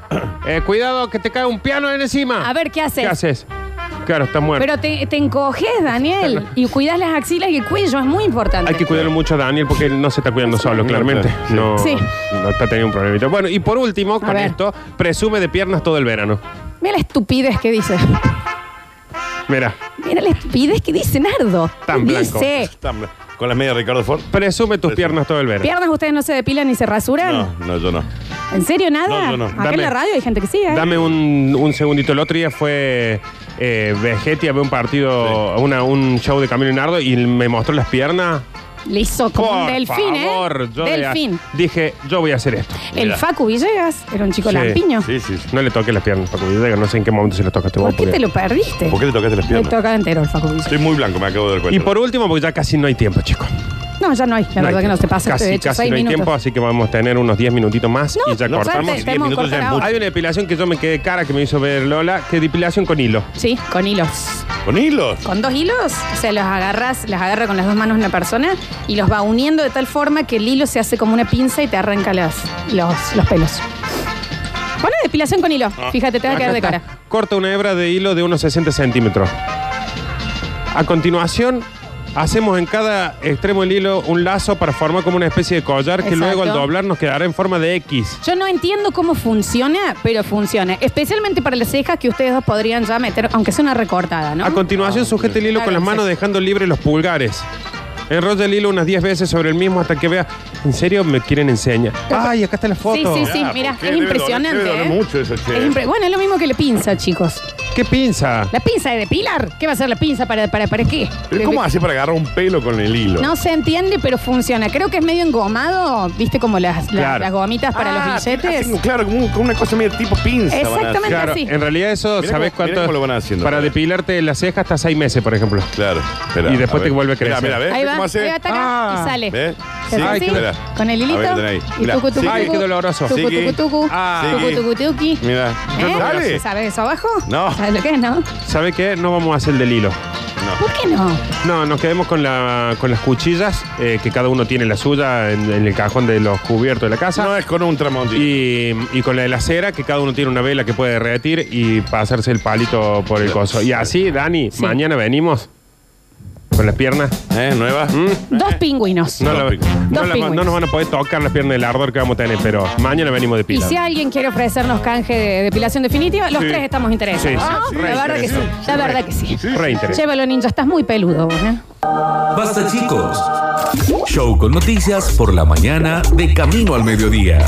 Speaker 4: eh, cuidado que te cae un piano en encima.
Speaker 3: A ver, ¿qué haces?
Speaker 4: Ah. ¿Qué haces? Claro, está muerto.
Speaker 3: Pero te, te encoges, Daniel, y cuidas las axilas y el cuello, es muy importante.
Speaker 4: Hay que cuidarlo mucho a Daniel porque él no se está cuidando solo,
Speaker 2: No,
Speaker 4: claramente. No,
Speaker 2: claro,
Speaker 3: sí.
Speaker 4: no está teniendo un problemita. Bueno, y por último, con
Speaker 3: ver.
Speaker 4: esto, presume de piernas todo el verano.
Speaker 3: Mira la estupidez que dice.
Speaker 4: Mira,
Speaker 3: Mira la estupidez que dice Nardo.
Speaker 4: Tan blanco.
Speaker 3: Dice,
Speaker 2: Tam- Con las medias de Ricardo Ford.
Speaker 4: presume tus
Speaker 2: Presume.
Speaker 4: piernas todo el verano.
Speaker 3: piernas ustedes no se depilan ni se rasuran.
Speaker 2: No, no, yo no.
Speaker 3: ¿En serio nada?
Speaker 2: No, yo no.
Speaker 3: Acá
Speaker 4: Dame-
Speaker 3: en la radio hay gente que sí, ¿eh?
Speaker 4: Dame un, un segundito. El otro día fue eh, Vegetti a ver un partido, una- un show de Camilo Leonardo y me mostró las piernas.
Speaker 3: Le hizo como un delfín,
Speaker 4: favor,
Speaker 3: ¿eh?
Speaker 4: yo le-
Speaker 3: delfín.
Speaker 4: dije, yo voy a hacer esto.
Speaker 3: El
Speaker 2: Mira.
Speaker 3: Facu Villegas era un chico
Speaker 4: Sí,
Speaker 3: lampiño.
Speaker 2: Sí, sí, sí.
Speaker 4: No le toques las piernas, Paco Villegas, no sé en qué momento se las tocaste vos.
Speaker 3: ¿Por qué
Speaker 4: porque-
Speaker 3: te lo perdiste?
Speaker 2: ¿Por qué le tocaste las
Speaker 3: Le
Speaker 2: piernas?
Speaker 3: tocaba entero el Facu Villegas.
Speaker 2: Estoy muy blanco, me acabo de dar cuenta.
Speaker 4: Y por último, porque ya casi no hay tiempo, chicos.
Speaker 3: No, ya no hay. La
Speaker 4: No
Speaker 3: verdad
Speaker 4: hay
Speaker 3: que no
Speaker 4: tiempo.
Speaker 3: se pasa.
Speaker 4: Casi,
Speaker 3: de hecho,
Speaker 4: casi
Speaker 3: seis
Speaker 4: no hay
Speaker 3: minutos.
Speaker 4: tiempo, así que vamos a tener unos 10 minutitos más
Speaker 3: No,
Speaker 4: y ya
Speaker 3: no,
Speaker 4: cortamos.
Speaker 3: corte,
Speaker 2: Diez
Speaker 3: tenemos que
Speaker 2: minutos ya
Speaker 3: cortar
Speaker 2: es
Speaker 3: ahora.
Speaker 4: Hay una depilación que yo me quedé cara que me hizo ver Lola, que depilación con hilo.
Speaker 3: Sí, con hilos.
Speaker 2: Con hilos.
Speaker 3: Con dos hilos, o sea, los agarras, las agarra con las dos manos una persona y los va uniendo de tal forma que el hilo se hace como una pinza y te arranca las, los, los pelos. Pone depilación con hilo. Fíjate, te va a quedar de
Speaker 4: Ah. Acá
Speaker 3: cara.
Speaker 4: está. Corta una hebra de hilo de unos 60 centímetros. A continuación, hacemos en cada extremo del hilo un lazo para formar como una especie de collar que
Speaker 3: Exacto.
Speaker 4: luego al doblar nos quedará en forma de X.
Speaker 3: Yo no entiendo cómo funciona, pero funciona. Especialmente para las cejas que ustedes dos podrían ya meter, aunque sea una recortada, ¿no?
Speaker 4: A
Speaker 2: Ah,
Speaker 4: continuación, sujeta el hilo
Speaker 3: Claro,
Speaker 4: con las manos
Speaker 3: sí.
Speaker 4: dejando libre los pulgares. Enrolla el hilo unas 10 veces sobre el mismo hasta que vea. ¿En serio me quieren enseñar? ay, acá está la foto.
Speaker 3: Sí, sí, sí,
Speaker 2: Ah,
Speaker 3: mira,
Speaker 2: ¿por qué?
Speaker 3: es
Speaker 2: Debe doler-
Speaker 3: impresionante.
Speaker 2: debe doler
Speaker 3: ¿eh?
Speaker 2: mucho eso, che.
Speaker 3: Es impre- bueno, es lo mismo que le pinza, chicos.
Speaker 4: ¿Qué pinza?
Speaker 3: ¿La pinza de depilar? ¿Qué va a ser la pinza para, para, para qué?
Speaker 2: ¿Pero cómo hace para agarrar un pelo con el hilo?
Speaker 3: No se entiende, pero funciona. Creo que es medio engomado, viste, como las, las-
Speaker 4: Claro.
Speaker 3: las gomitas para
Speaker 2: Ah,
Speaker 3: los billetes.
Speaker 2: hacen- claro, como, un- como una cosa medio tipo pinza. van a hacer.
Speaker 3: Exactamente.
Speaker 4: Claro,
Speaker 3: así.
Speaker 4: en realidad eso,
Speaker 2: Mirá
Speaker 4: ¿sabes
Speaker 2: cómo- mirá
Speaker 4: cuánto?
Speaker 2: cómo lo van haciendo.
Speaker 4: para depilarte las cejas hasta 6 meses, por ejemplo.
Speaker 2: Claro. espera,
Speaker 4: Y después
Speaker 2: a
Speaker 4: te
Speaker 2: ver.
Speaker 4: vuelve a crecer.
Speaker 2: Mira, mira, ¿ves?
Speaker 3: Ahí va,
Speaker 2: ¿Cómo hace?
Speaker 3: ahí va, taca,
Speaker 4: Ah.
Speaker 3: y sale.
Speaker 2: ¿Ves?
Speaker 3: Se
Speaker 2: Sí,
Speaker 3: hace
Speaker 2: Ay,
Speaker 3: así,
Speaker 2: qué verá.
Speaker 3: con el hilito
Speaker 2: A ver, ten ahí.
Speaker 3: y
Speaker 2: Mirá,
Speaker 3: tucu, tucu,
Speaker 2: sigue.
Speaker 4: Ay, qué
Speaker 3: tucu,
Speaker 4: doloroso.
Speaker 3: tucu,
Speaker 2: Sigue.
Speaker 3: tucu, tucu,
Speaker 4: Ah.
Speaker 3: tucu,
Speaker 2: Sigue.
Speaker 3: tucu, tuqui.
Speaker 2: Mira.
Speaker 3: ¿Eh?
Speaker 2: Dale.
Speaker 3: ¿Sabes eso abajo?
Speaker 2: No.
Speaker 3: ¿Sabes lo que es, no?
Speaker 4: ¿Sabe qué? No vamos a hacer el del hilo.
Speaker 2: No.
Speaker 3: ¿Por qué no?
Speaker 4: No, nos quedemos con, la, con las cuchillas, eh, que cada uno tiene la suya en, en el cajón de los cubiertos de la casa.
Speaker 2: No es con un tramontín.
Speaker 4: Y, y con la de la cera, que cada uno tiene una vela que puede derretir y pasarse el palito por el coso. Y así, Dani,
Speaker 3: Sí.
Speaker 4: mañana venimos con las piernas.
Speaker 2: ¿Eh? ¿Nueva?
Speaker 3: Dos pingüinos.
Speaker 4: No, la-
Speaker 2: Dos pingüinos.
Speaker 4: no
Speaker 3: Dos
Speaker 4: la-
Speaker 3: pingüinos.
Speaker 4: no nos van a poder tocar las piernas del ardor que vamos a tener, pero mañana venimos de
Speaker 3: Y
Speaker 4: pila.
Speaker 3: si alguien quiere ofrecernos canje de depilación definitiva, los
Speaker 4: Sí.
Speaker 3: tres estamos interesados.
Speaker 4: Sí, sí,
Speaker 3: ¿no?
Speaker 4: sí,
Speaker 3: la
Speaker 4: sí,
Speaker 3: verdad que sí.
Speaker 4: sí,
Speaker 3: La verdad que sí.
Speaker 4: Reinteres.
Speaker 3: Llévalo, ninja. Estás muy peludo, vos, ¿eh?
Speaker 1: Basta chicos. Show con noticias por la mañana de camino al mediodía.